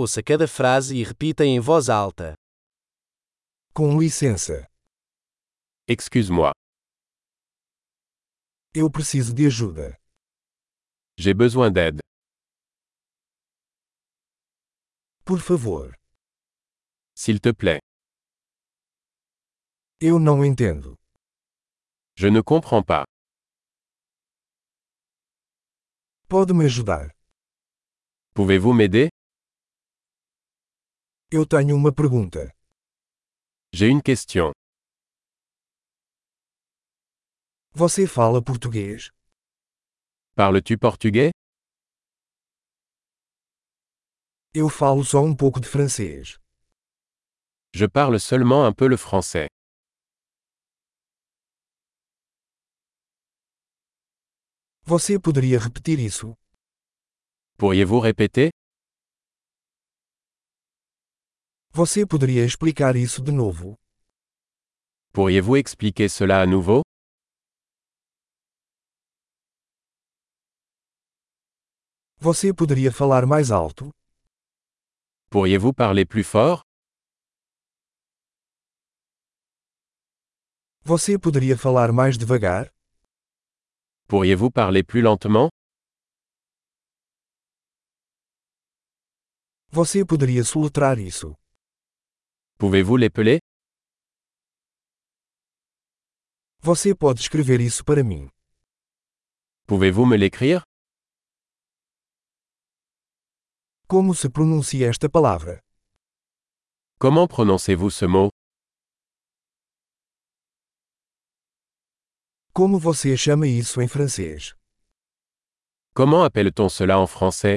Ouça cada frase e repita em voz alta. Com licença, Excuse-moi, eu preciso de ajuda. j'ai besoin d'aide. Por favor, S'il te plaît, eu não entendo. je ne comprends pas. Pode me ajudar? Pouvez-vous m'aider Eu tenho uma pergunta. J'ai une question. Você fala português? Parles-tu portugais Eu falo só um pouco de francês. Je parle seulement un peu le français. Você poderia repetir isso? Pourriez-vous répéter Você poderia explicar isso de novo? Pourriez-vous expliquer cela à nouveau Você poderia falar mais alto? Pourriez-vous parler plus fort Você poderia falar mais devagar? Pourriez-vous parler plus lentement Você poderia soletrar isso? Pouvez-vous l'épeler Você pode escrever isso para mim? Pouvez-vous me l'écrire Como se pronuncia esta palavra? Comment prononcez-vous ce mot Como você chama isso em francês? Comment appelle-t-on cela en français